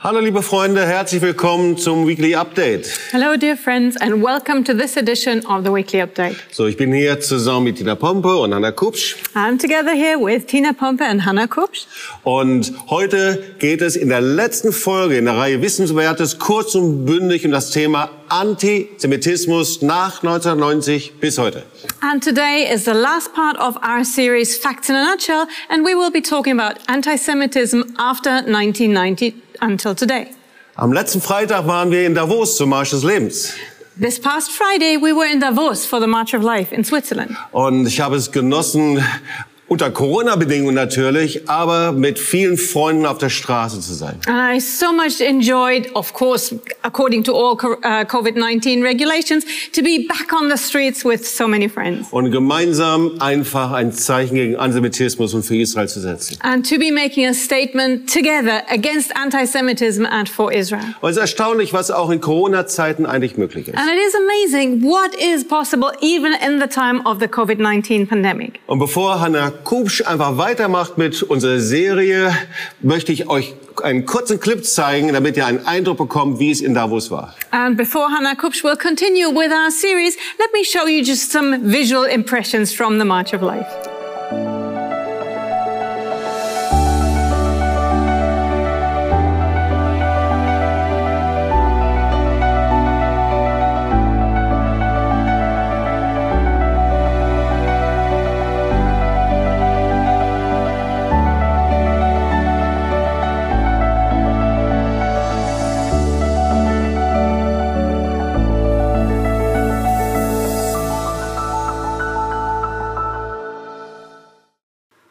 Hallo liebe Freunde, herzlich willkommen zum Weekly Update. Hello, dear friends, and welcome to this edition of the Weekly Update. So, ich bin hier zusammen mit Tina Pompe und Hanna Kupsch. I'm together here with Tina Pompe and Hannah Kupsch. Und heute geht es in der letzten Folge in der Reihe Wissenswertes kurz und bündig um das Thema Antisemitismus nach 1990 bis heute. And today is the last part of our series, Facts in a Nutshell, and we will be talking about anti Semitism after 1990 until today. Am letzten Freitag waren wir in Davos zum Marsch des Lebens. This past Friday, we were in Davos for the March of Life in Switzerland. Und ich habe es genossen, unter Corona-Bedingungen natürlich, aber mit vielen Freunden auf der Straße zu sein. And I so much enjoyed, of course, according to all co- uh, COVID 19 regulations, to be back on the streets with so many friends Und gemeinsam einfach ein Zeichen gegen Antisemitismus und für Israel zu setzen. and to be making a statement together against anti Semitism and for Israel. Und es ist erstaunlich, was auch in Corona-Zeiten eigentlich möglich ist. And it is amazing what is possible even in the time of the COVID 19 pandemic. Und bevor Hanna Kubsch einfach weitermacht mit unserer Serie, möchte ich euch einen kurzen Clip zeigen, damit ihr einen Eindruck bekommt, wie es in Davos war. And before Hannah Kupsch will continue with our series, let me show you just some visual impressions from the March of Life.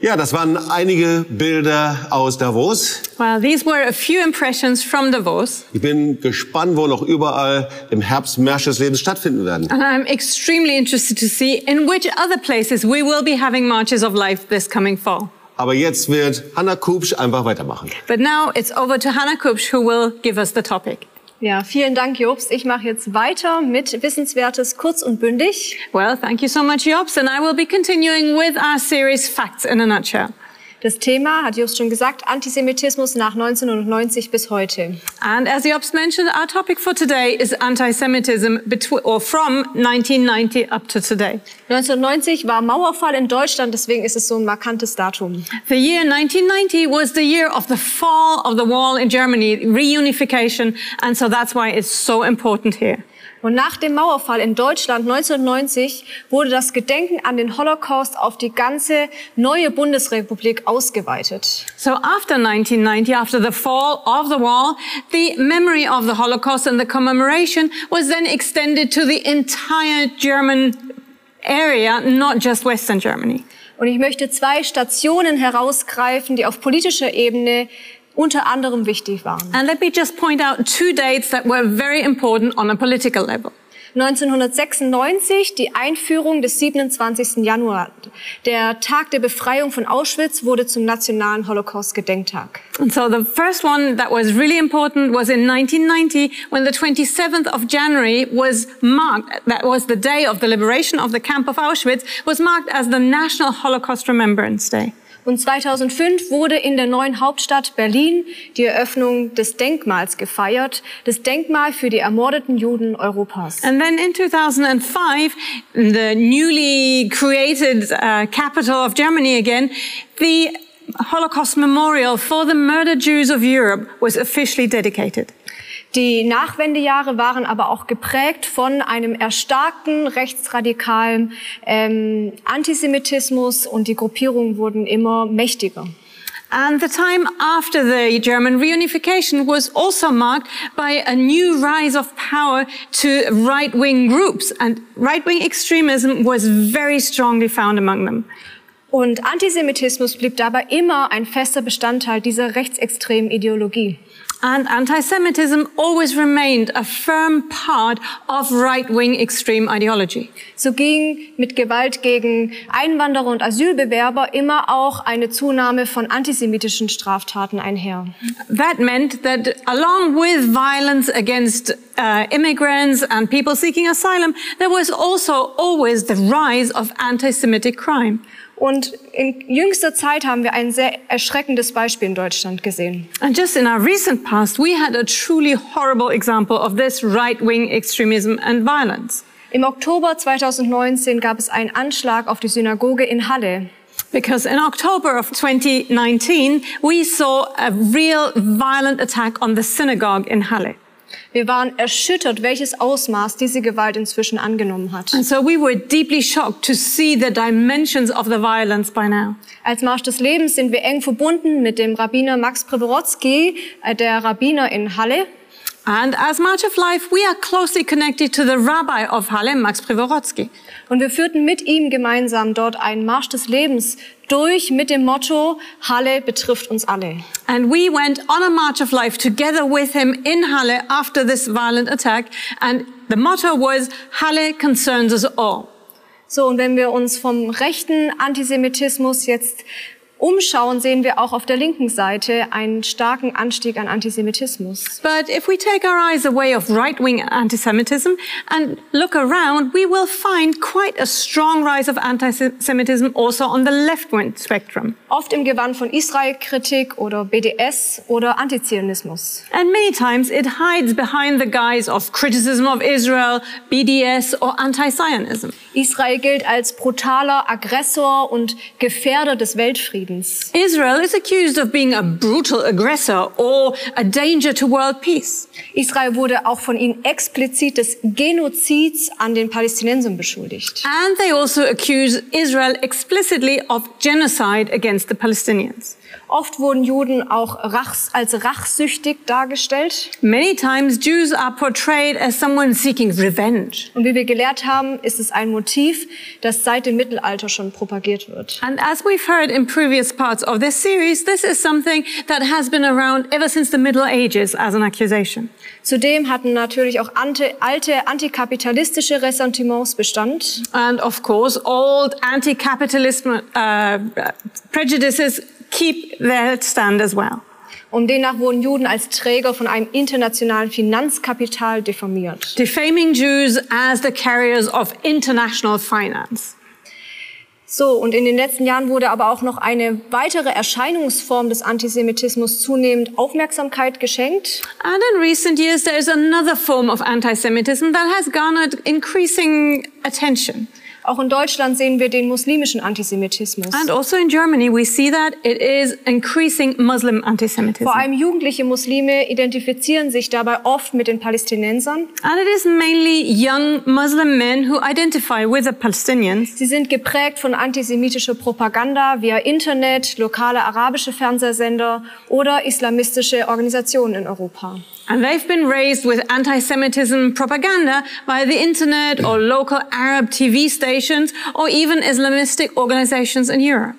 Ja, das waren einige Bilder aus Davos. Well, these were a few impressions from Davos, Ich bin gespannt, wo noch überall im Herbst Märsche des Lebens stattfinden werden. and I'm extremely interested to see in which other places we will be having marches of life this coming fall. Aber jetzt wird Hanna Kubsch einfach weitermachen. But now it's over to Hannah Kupsch, who will give us the topic. Ja, vielen Dank, Jobst. Ich mache jetzt weiter mit Wissenswertes kurz und bündig. Well, thank you so much, Jobs, and I will be continuing with our series Facts in a Nutshell. Das Thema, hat Jobst schon gesagt, Antisemitismus nach 1990 bis heute. And as Jobs mentioned, our topic for today is anti-Semitism betw- or from 1990 up to today. 1990 war Mauerfall in Deutschland, deswegen ist es so ein markantes Datum. The year 1990 was the year of the fall of the wall in Germany, reunification, and so that's why it's so important here. Und nach dem Mauerfall in Deutschland 1990 wurde das Gedenken an den Holocaust auf die ganze neue Bundesrepublik ausgeweitet. So after 1990, after the fall of the wall, the memory of the Holocaust and the commemoration was then extended to the entire German area, not just Western Germany. Und ich möchte zwei Stationen herausgreifen, die auf politischer Ebene unter anderem wichtig waren. And let me just point out two dates that were very important on a political level. 1996 die Einführung des 27. Januar. Der Tag der Befreiung von Auschwitz wurde zum nationalen Holocaust-Gedenktag. And so the first one that was really important was in 1990 when the 27th of January was marked, that was the day of the liberation of the camp of Auschwitz, was marked as the National Holocaust Remembrance Day. Und 2005 wurde in der neuen Hauptstadt Berlin die Eröffnung des Denkmals gefeiert, das Denkmal für die ermordeten Juden Europas. And then in 2005, in the newly created uh, capital of Germany again, the Holocaust Memorial for the murdered Jews of Europe was officially dedicated. Die Nachwendejahre waren aber auch geprägt von einem erstarkten rechtsradikalen ähm, Antisemitismus und die Gruppierungen wurden immer mächtiger. And the time after the German reunification was also marked by a new rise of power to right wing groups. And right wing extremism was very strongly found among them. Und Antisemitismus blieb dabei immer ein fester Bestandteil dieser rechtsextremen Ideologie. And anti Semitism always remained a firm part of right wing extreme ideology. So ging mit Gewalt gegen Einwanderer und Asylbewerber immer auch eine Zunahme von antisemitischen Straftaten einher. That meant that along with violence against uh, immigrants and people seeking asylum, there was also always the rise of anti Semitic crime. Und in jüngster Zeit haben wir ein sehr erschreckendes Beispiel in Deutschland gesehen. And just in our recent past, we had a truly horrible example of this right wing extremism and violence. Im Oktober 2019 gab es einen Anschlag auf die Synagoge in Halle. Because in October of 2019, we saw a real violent attack on the synagogue in Halle. Wir waren erschüttert, welches Ausmaß diese Gewalt inzwischen angenommen hat. And so we were deeply shocked to see the dimensions of the violence by now. Als Marsch des Lebens sind wir eng verbunden mit dem Rabbiner Max Priborotsky, äh, der Rabbiner in Halle. And as March of Life, we are closely connected to the rabbi of Halle, Max Privorotsky. Und wir führten mit ihm gemeinsam dort einen Marsch des Lebens durch mit dem Motto Halle betrifft uns alle. And we went on a March of Life together with him in Halle after this violent attack. And the motto was, Halle concerns us all. So, und wenn wir uns vom rechten Antisemitismus jetzt umschauen, sehen wir auch auf der linken Seite einen starken Anstieg an Antisemitismus. But if we take our eyes away of right wing antisemitism and look around, we will find quite a strong rise of antisemitism also on the left wing spectrum. Oft im Gewand von Israelkritik oder BDS oder Antizionismus. And many times it hides behind the guise of criticism of Israel, BDS, or anti Zionism. Israel gilt als brutaler Aggressor und Gefährder des Weltfriedens. Israel is accused of being a brutal aggressor or a danger to world peace. Israel wurde auch von ihnen explizit des Genozids an den Palästinensern beschuldigt. And they also accuse Israel explicitly of genocide against the Palestinians. Oft wurden Juden auch rachs als rachsüchtig dargestellt. Many times Jews are portrayed as someone seeking revenge. Und wie wir gelehrt haben, ist es ein Motiv, das seit dem Mittelalter schon propagiert wird. And as we've heard in previous parts of this series, this is something that has been around ever since the Middle Ages as an accusation. Zudem hatten natürlich auch ante, alte antikapitalistische Ressentiments Bestand. And of course, old anti-capitalist uh, prejudices keep their stand as well. Und demnach wurden Juden als Träger von einem internationalen Finanzkapital diffamiert. defaming Jews as the carriers of international finance. So, und in den letzten Jahren wurde aber auch noch eine weitere Erscheinungsform des Antisemitismus zunehmend Aufmerksamkeit geschenkt. And in recent years, there's another form of anti Semitism that has garnered increasing attention. Auch in Deutschland sehen wir den muslimischen Antisemitismus. And also in Germany, we see that it is increasing Muslim anti Semitism. Vor allem jugendliche Muslime identifizieren sich dabei oft mit den Palästinensern. And it is mainly young Muslim men who identify with the Palestinians. Sie sind geprägt von antisemitischer Propaganda via Internet, lokale arabische Fernsehsender oder islamistische Organisationen in Europa. And they've been raised with anti Semitism propaganda by the internet or local Arab TV stations or even Islamistic organizations in Europe.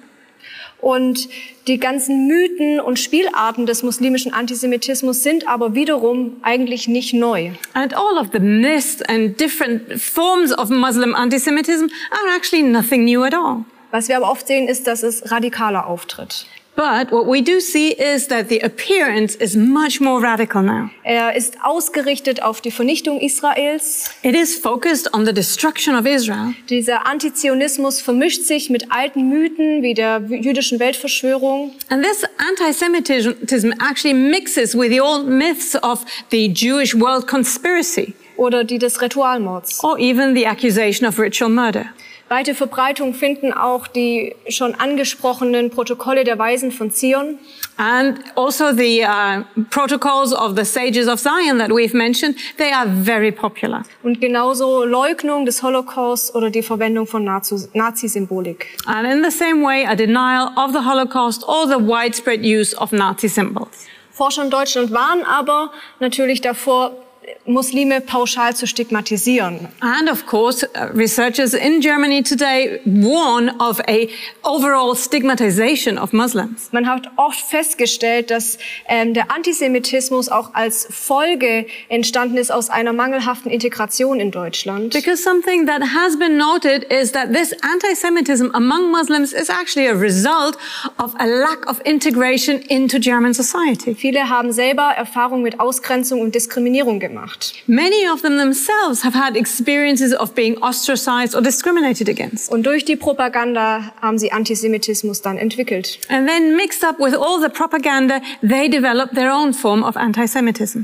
Und die ganzen Mythen und Spielarten des muslimischen Antisemitismus sind aber wiederum eigentlich nicht neu. And all of the myths and different forms of Muslim anti-Semitism are actually nothing new at all. Was wir aber oft sehen, ist, dass es radikaler auftritt. But what we do see is that the appearance is much more radical now. Er ist ausgerichtet auf die Vernichtung Israels. It is focused on the destruction of Israel, Dieser Antizionismus vermischt sich mit alten Mythen wie der jüdischen Weltverschwörung. and this anti-Semitism actually mixes with the old myths of the Jewish world conspiracy, oder die des Ritualmords. or even the accusation of ritual murder. Weite Verbreitung finden auch die schon angesprochenen Protokolle der Weisen von Zion. And also the uh, protocols of the sages of Zion that we've mentioned, they are very popular. Und genauso Leugnung des Holocaust oder die Verwendung von Nazi- Nazi-Symbolik. And in the same way, a denial of the Holocaust or the widespread use of Nazi symbols. Forscher in Deutschland waren aber natürlich davor, Muslime pauschal zu stigmatisieren. And of course, uh, researchers in Germany today warn of a overall stigmatization of Muslims. Man hat oft festgestellt, dass ähm, der Antisemitismus auch als Folge entstanden ist aus einer mangelhaften Integration in Deutschland. Because something that has been noted is that this anti-Semitism among Muslims is actually a result of a lack of integration into German society. Viele haben selber Erfahrungen mit Ausgrenzung und Diskriminierung gemacht. Many of them themselves have had experiences of being ostracized or discriminated against. Und durch die Propaganda haben sie Antisemitismus dann entwickelt. And then, mixed up with all the propaganda, they developed their own form of anti Semitism.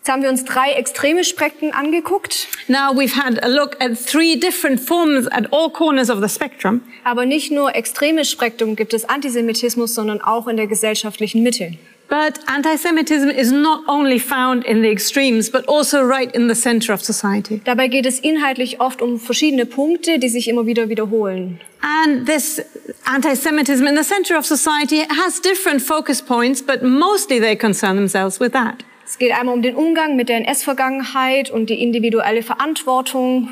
Jetzt haben wir uns drei extreme Spektren angeguckt, Now, we've had a look at three different forms at all corners of the spectrum. aber nicht nur extreme Spektrum gibt es Antisemitismus, sondern auch in der gesellschaftlichen Mitte. But anti Semitism is not only found in the extremes, but also right in the center of society. Dabei geht es inhaltlich oft um verschiedene Punkte, die sich immer wieder wiederholen. And this anti Semitism in the center of society has different focus points, but mostly they concern themselves with that. Es geht einmal um den Umgang mit der NS-Vergangenheit und die individuelle Verantwortung.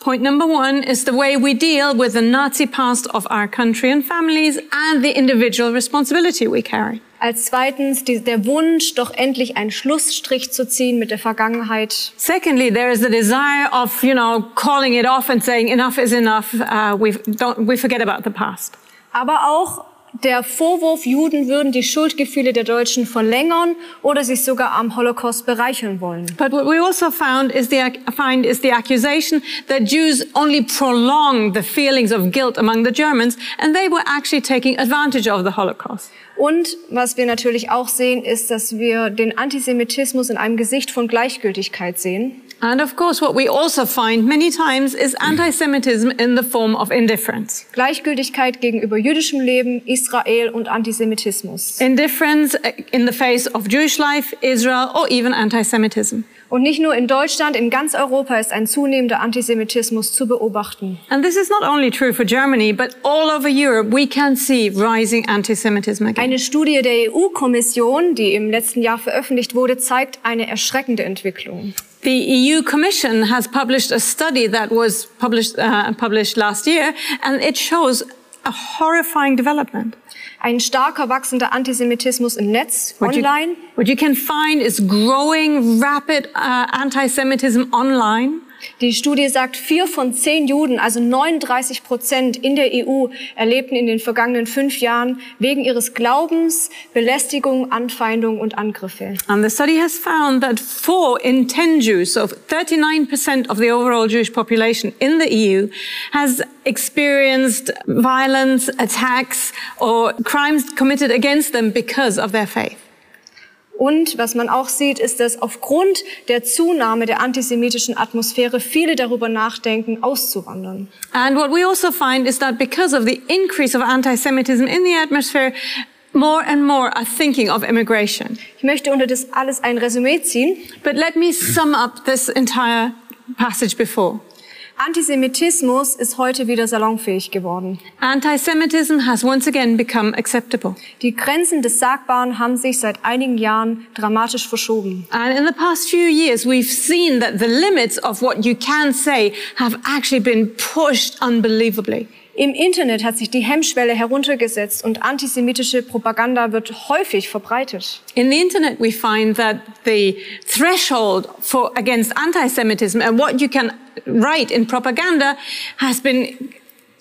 Point number one is the way we deal with the Nazi past of our country and families and the individual responsibility we carry. Als zweitens die, der Wunsch, doch endlich einen Schlussstrich zu ziehen mit der Vergangenheit. Secondly, there is the desire of, you know, calling it off and saying enough is enough. Uh, we don't, we forget about the past. Aber auch der Vorwurf, Juden würden die Schuldgefühle der Deutschen verlängern oder sich sogar am Holocaust bereichern wollen. But what we also found is the ac- find is the accusation that Jews only prolonged the feelings of guilt among the Germans, and they were actually taking advantage of the Holocaust. Und was wir natürlich auch sehen, ist, dass wir den Antisemitismus in einem Gesicht von Gleichgültigkeit sehen. And of course, what we also find many times is anti-Semitism in the form of indifference. Gleichgültigkeit gegenüber jüdischem Leben, Israel und Antisemitismus. Indifference uh, in the face of Jewish life, Israel, or even anti-Semitism. Und nicht nur in Deutschland, in ganz Europa ist ein zunehmender Antisemitismus zu beobachten. And this is not only true for Germany, but all over Europe, we can see rising anti-Semitism again. Eine Studie der EU-Kommission, die im letzten Jahr veröffentlicht wurde, zeigt eine erschreckende Entwicklung. The EU Commission has published a study that was published, uh, published last year, and it shows a horrifying development. Ein starker wachsender Antisemitismus im Netz, What you- online. what you can find is growing rapid uh, anti-Semitism online. Die Studie sagt, vier von zehn Juden, also 39 Prozent in der EU, erlebten in den vergangenen fünf Jahren wegen ihres Glaubens Belästigung, Anfeindung und Angriffe. And the study has found that four in 10 Jews, so 39% of the overall Jewish population in the EU, has experienced violence, attacks, or crimes committed against them because of their faith. Und was man auch sieht, ist, dass aufgrund der Zunahme der antisemitischen Atmosphäre viele darüber nachdenken, auszuwandern. And what we also find is that because of the increase of anti Semitism in the atmosphere, more and more are thinking of immigration. Ich möchte unter das alles ein Resümee ziehen. But let me sum up this entire passage before. Antisemitismus ist heute wieder salonfähig geworden. Anti Semitism has once again become acceptable. Die Grenzen des Sagbaren haben sich seit einigen Jahren dramatisch verschoben. And in the past few years, we've seen that the limits of what you can say have actually been pushed unbelievably. Im Internet hat sich die Hemmschwelle heruntergesetzt und antisemitische Propaganda wird häufig verbreitet. In the internet, we find that the threshold for against anti-Semitism and what you can write in propaganda has been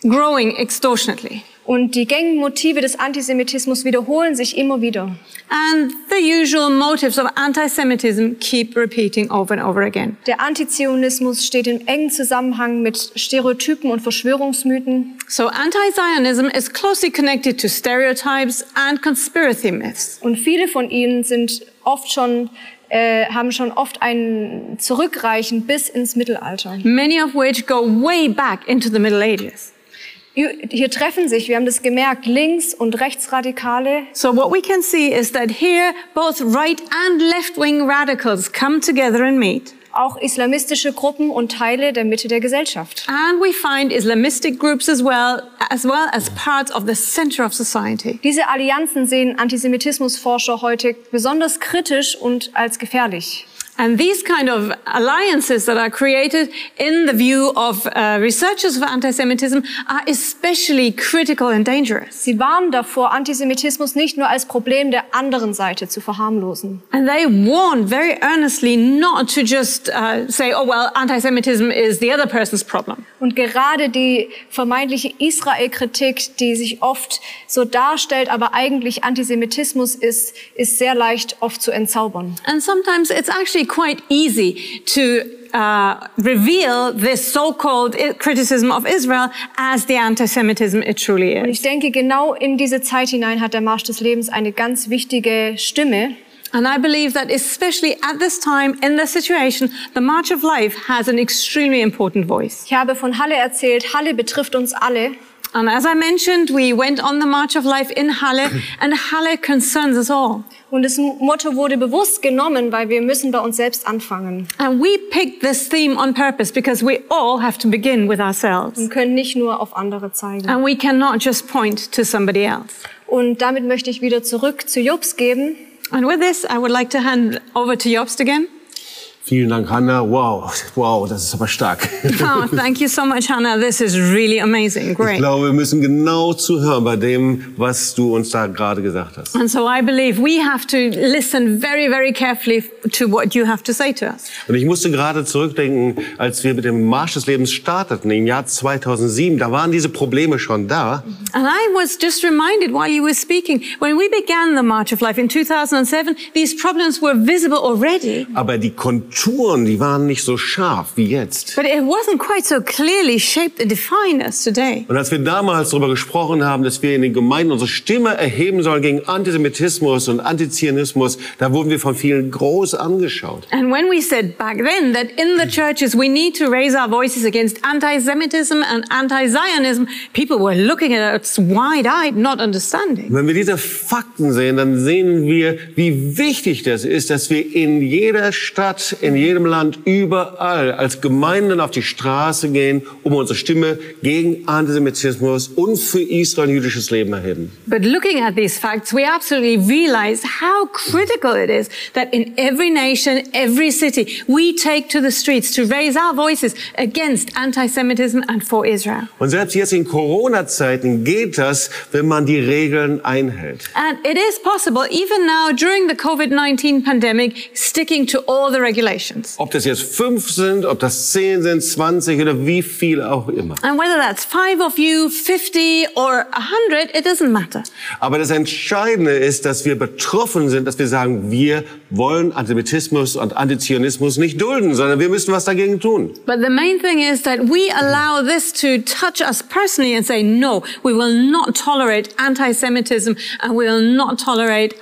growing extortionately. Und die gängigen Motive des Antisemitismus wiederholen sich immer wieder. And the usual motives of anti-Semitism keep repeating over and over again. Der Antizionismus steht im engen Zusammenhang mit Stereotypen und Verschwörungsmythen. So anti-Zionism is closely connected to stereotypes and conspiracy myths. Und viele von ihnen sind oft schon, äh, haben schon oft ein Zurückreichen bis ins Mittelalter. Many of which go way back into the Middle Ages. Ü- Hier treffen sich, wir haben das gemerkt, Links- und Rechtsradikale. So what we can see is that here both right and left-wing radicals come together and meet. Auch islamistische Gruppen und Teile der Mitte der Gesellschaft. And we find Islamistic groups as well, as well as parts of the center of society. Diese Allianzen sehen Antisemitismusforscher heute besonders kritisch und als gefährlich. And these kind of alliances that are created in the view of uh, researchers of anti-Semitism are especially critical and dangerous. Sie warnen davor, Antisemitismus nicht nur als Problem der anderen Seite zu verharmlosen. And they warn very earnestly not to just uh, say, oh, well, anti-Semitism is the other person's problem. Und gerade die vermeintliche Israel-Kritik, die sich oft so darstellt, aber eigentlich Antisemitismus ist, ist sehr leicht oft zu entzaubern. And sometimes it's actually actually quite easy to uh, reveal this so-called i- criticism of Israel as the anti-Semitism it truly Und is. ich denke, genau in diese Zeit hinein hat der Marsch des Lebens eine ganz wichtige Stimme. And I believe that especially at this time, in this situation, the March of Life has an extremely important voice. Ich habe von Halle erzählt. Halle betrifft uns alle. And as I mentioned, we went on the March of Life in Halle, and Halle concerns us all. Und das Motto wurde bewusst genommen, weil wir müssen bei uns selbst anfangen. And we picked this theme on purpose because we all have to begin with ourselves. Wir können nicht nur auf andere zeigen. And we cannot just point to somebody else. Und damit möchte ich wieder zurück zu Jobs geben. And with this, I would like to hand over to Jobst again. Vielen Dank, Hanna. Wow, wow, das ist aber stark. Oh, thank you so much, Hannah. This is really amazing. Ich Great. glaube, wir müssen genau zuhören bei dem, was du uns da gerade gesagt hast. And so I believe we have to listen very, very carefully to what you have to say to us. Und ich musste gerade zurückdenken, als wir mit dem Marsch des Lebens starteten im Jahr 2007, da waren diese Probleme schon da. And I was just reminded while you were speaking, when we began the March of Life in 2007, these problems were visible already, Aber die Konturen, die waren nicht so scharf wie jetzt. but it wasn't quite so clearly shaped and defined as today. Und als wir damals darüber gesprochen haben, dass wir in den Gemeinden unsere Stimme erheben sollen gegen Antisemitismus und Antizionismus, da wurden wir von vielen groß angeschaut. And when we said back then that in the churches we need to raise our voices against anti-Semitism and anti-Zionism, people were looking at us wide-eyed, not understanding. Und wenn wir diese Fakten sehen, dann sehen wir, wie wichtig das ist, dass wir in jeder Stadt, in jedem Land, überall als Gemeinden auf die Straße gehen, um unsere Stimme gegen Antisemitismus und für Israel und jüdisches Leben erheben. But looking at these facts, we absolutely realize how critical it is that in every nation, every city, we take to the streets to raise our voices against anti-Semitism and for Israel. Und selbst jetzt in Corona-Zeiten geht das, wenn man die Regeln einhält. And it is possible, even now during the COVID-19 pandemic, sticking to all the regulations. Ob das jetzt fünf sind, ob das zehn sind, 20 oder wie viel auch immer. And whether that's five of you, 50 or 100, it doesn't matter. Aber das Entscheidende ist, dass wir betroffen sind, dass wir sagen, wir wollen Antisemitismus und Antizionismus nicht dulden, sondern wir müssen was dagegen tun. But the main thing is that we allow this to touch us personally and say, no, we will not tolerate anti-Semitism and we will not tolerate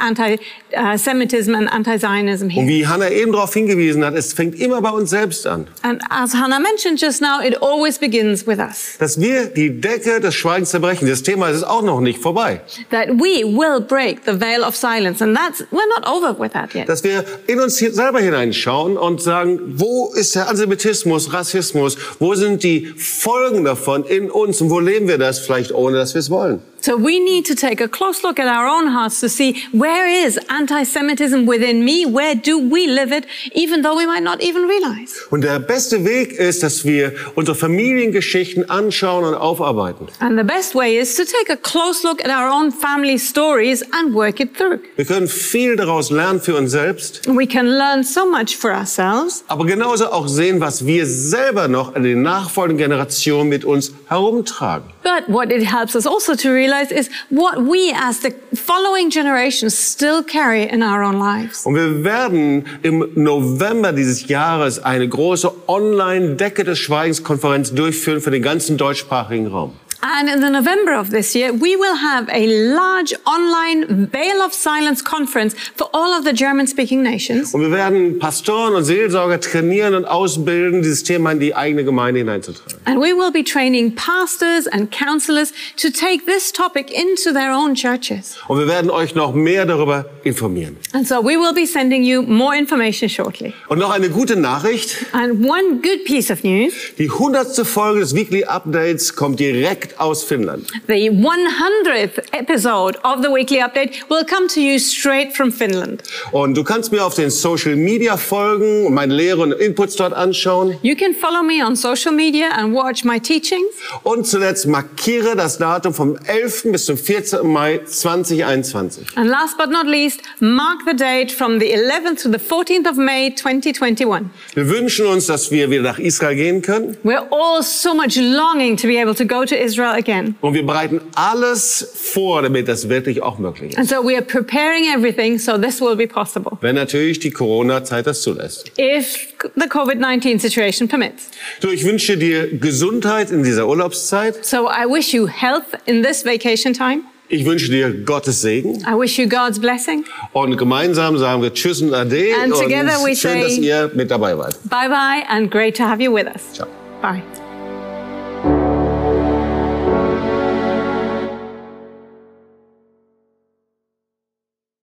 anti-Semitism and anti-Zionism Und here. wie Hannah eben darauf hingewiesen hat, es fängt immer bei uns selbst an. And as Hannah mentioned just now, it always begins with us. Dass wir die Decke des Schweigens zerbrechen, das Thema ist auch noch nicht vorbei. That we will break the veil of silence. And that's, we're not over with that yet. Dass wir in uns hier selber hineinschauen und sagen, wo ist der Antisemitismus, Rassismus, wo sind die Folgen davon in uns und wo leben wir das vielleicht, ohne dass wir es wollen. So we need to take a close look at our own hearts to see where is anti-Semitism within me? Where do we live it? Even though we might not even realize. Und der beste Weg ist, dass wir unsere Familiengeschichten anschauen und aufarbeiten. And the best way is to take a close look at our own family stories and work it through. Wir können viel daraus lernen für uns selbst, We can learn so much for ourselves, aber genauso auch sehen, was wir selber noch an den nachfolgenden Generationen mit uns herumtragen. but what it helps us also to realize is what we as the following generations still carry in our own lives. Und wir werden im November dieses Jahres eine große Online-Decke des Schweigens-Konferenz durchführen für den ganzen deutschsprachigen Raum. And in the November of this year, we will have a large online Veil of Silence conference for all of the German speaking nations. Und wir werden Pastoren und Seelsorger trainieren und ausbilden, dieses Thema in die eigene Gemeinde hineinzutragen. And we will be training pastors and counselors to take this topic into their own churches. Und wir werden euch noch mehr darüber informieren. And so we will be sending you more information shortly. Und noch eine gute Nachricht. And one good piece of news, Die hundertste Folge des Weekly Updates kommt direkt aus Finnland. the 100th episode of the weekly update will come to you straight from Finland. Und du kannst mir auf den Social Media folgen und meine Lehre und Inputs dort anschauen. You can follow me on social media and watch my teachings. Und zuletzt markiere das Datum vom 11. bis zum 14. Mai 2021. And last but not least, mark the date from the 11th to the 14th of May 2021. Wir wünschen uns, dass wir wieder nach Israel gehen können. We're all so much longing to be able to go to Israel again. Und wir bereiten alles vor, damit das wirklich auch möglich ist. And so we are preparing everything so this will be possible Wenn natürlich die Corona-Zeit das zulässt. if the COVID 19 situation permits. So, ich wünsche dir Gesundheit in dieser Urlaubszeit. So I wish you health in this vacation time. Ich wünsche dir Gottes Segen. I wish you God's blessing. Und gemeinsam sagen wir Tschüss und Ade. And und together we schön, say- dass ihr mit dabei wart. Bye bye and great to have you with us. Ciao. Bye.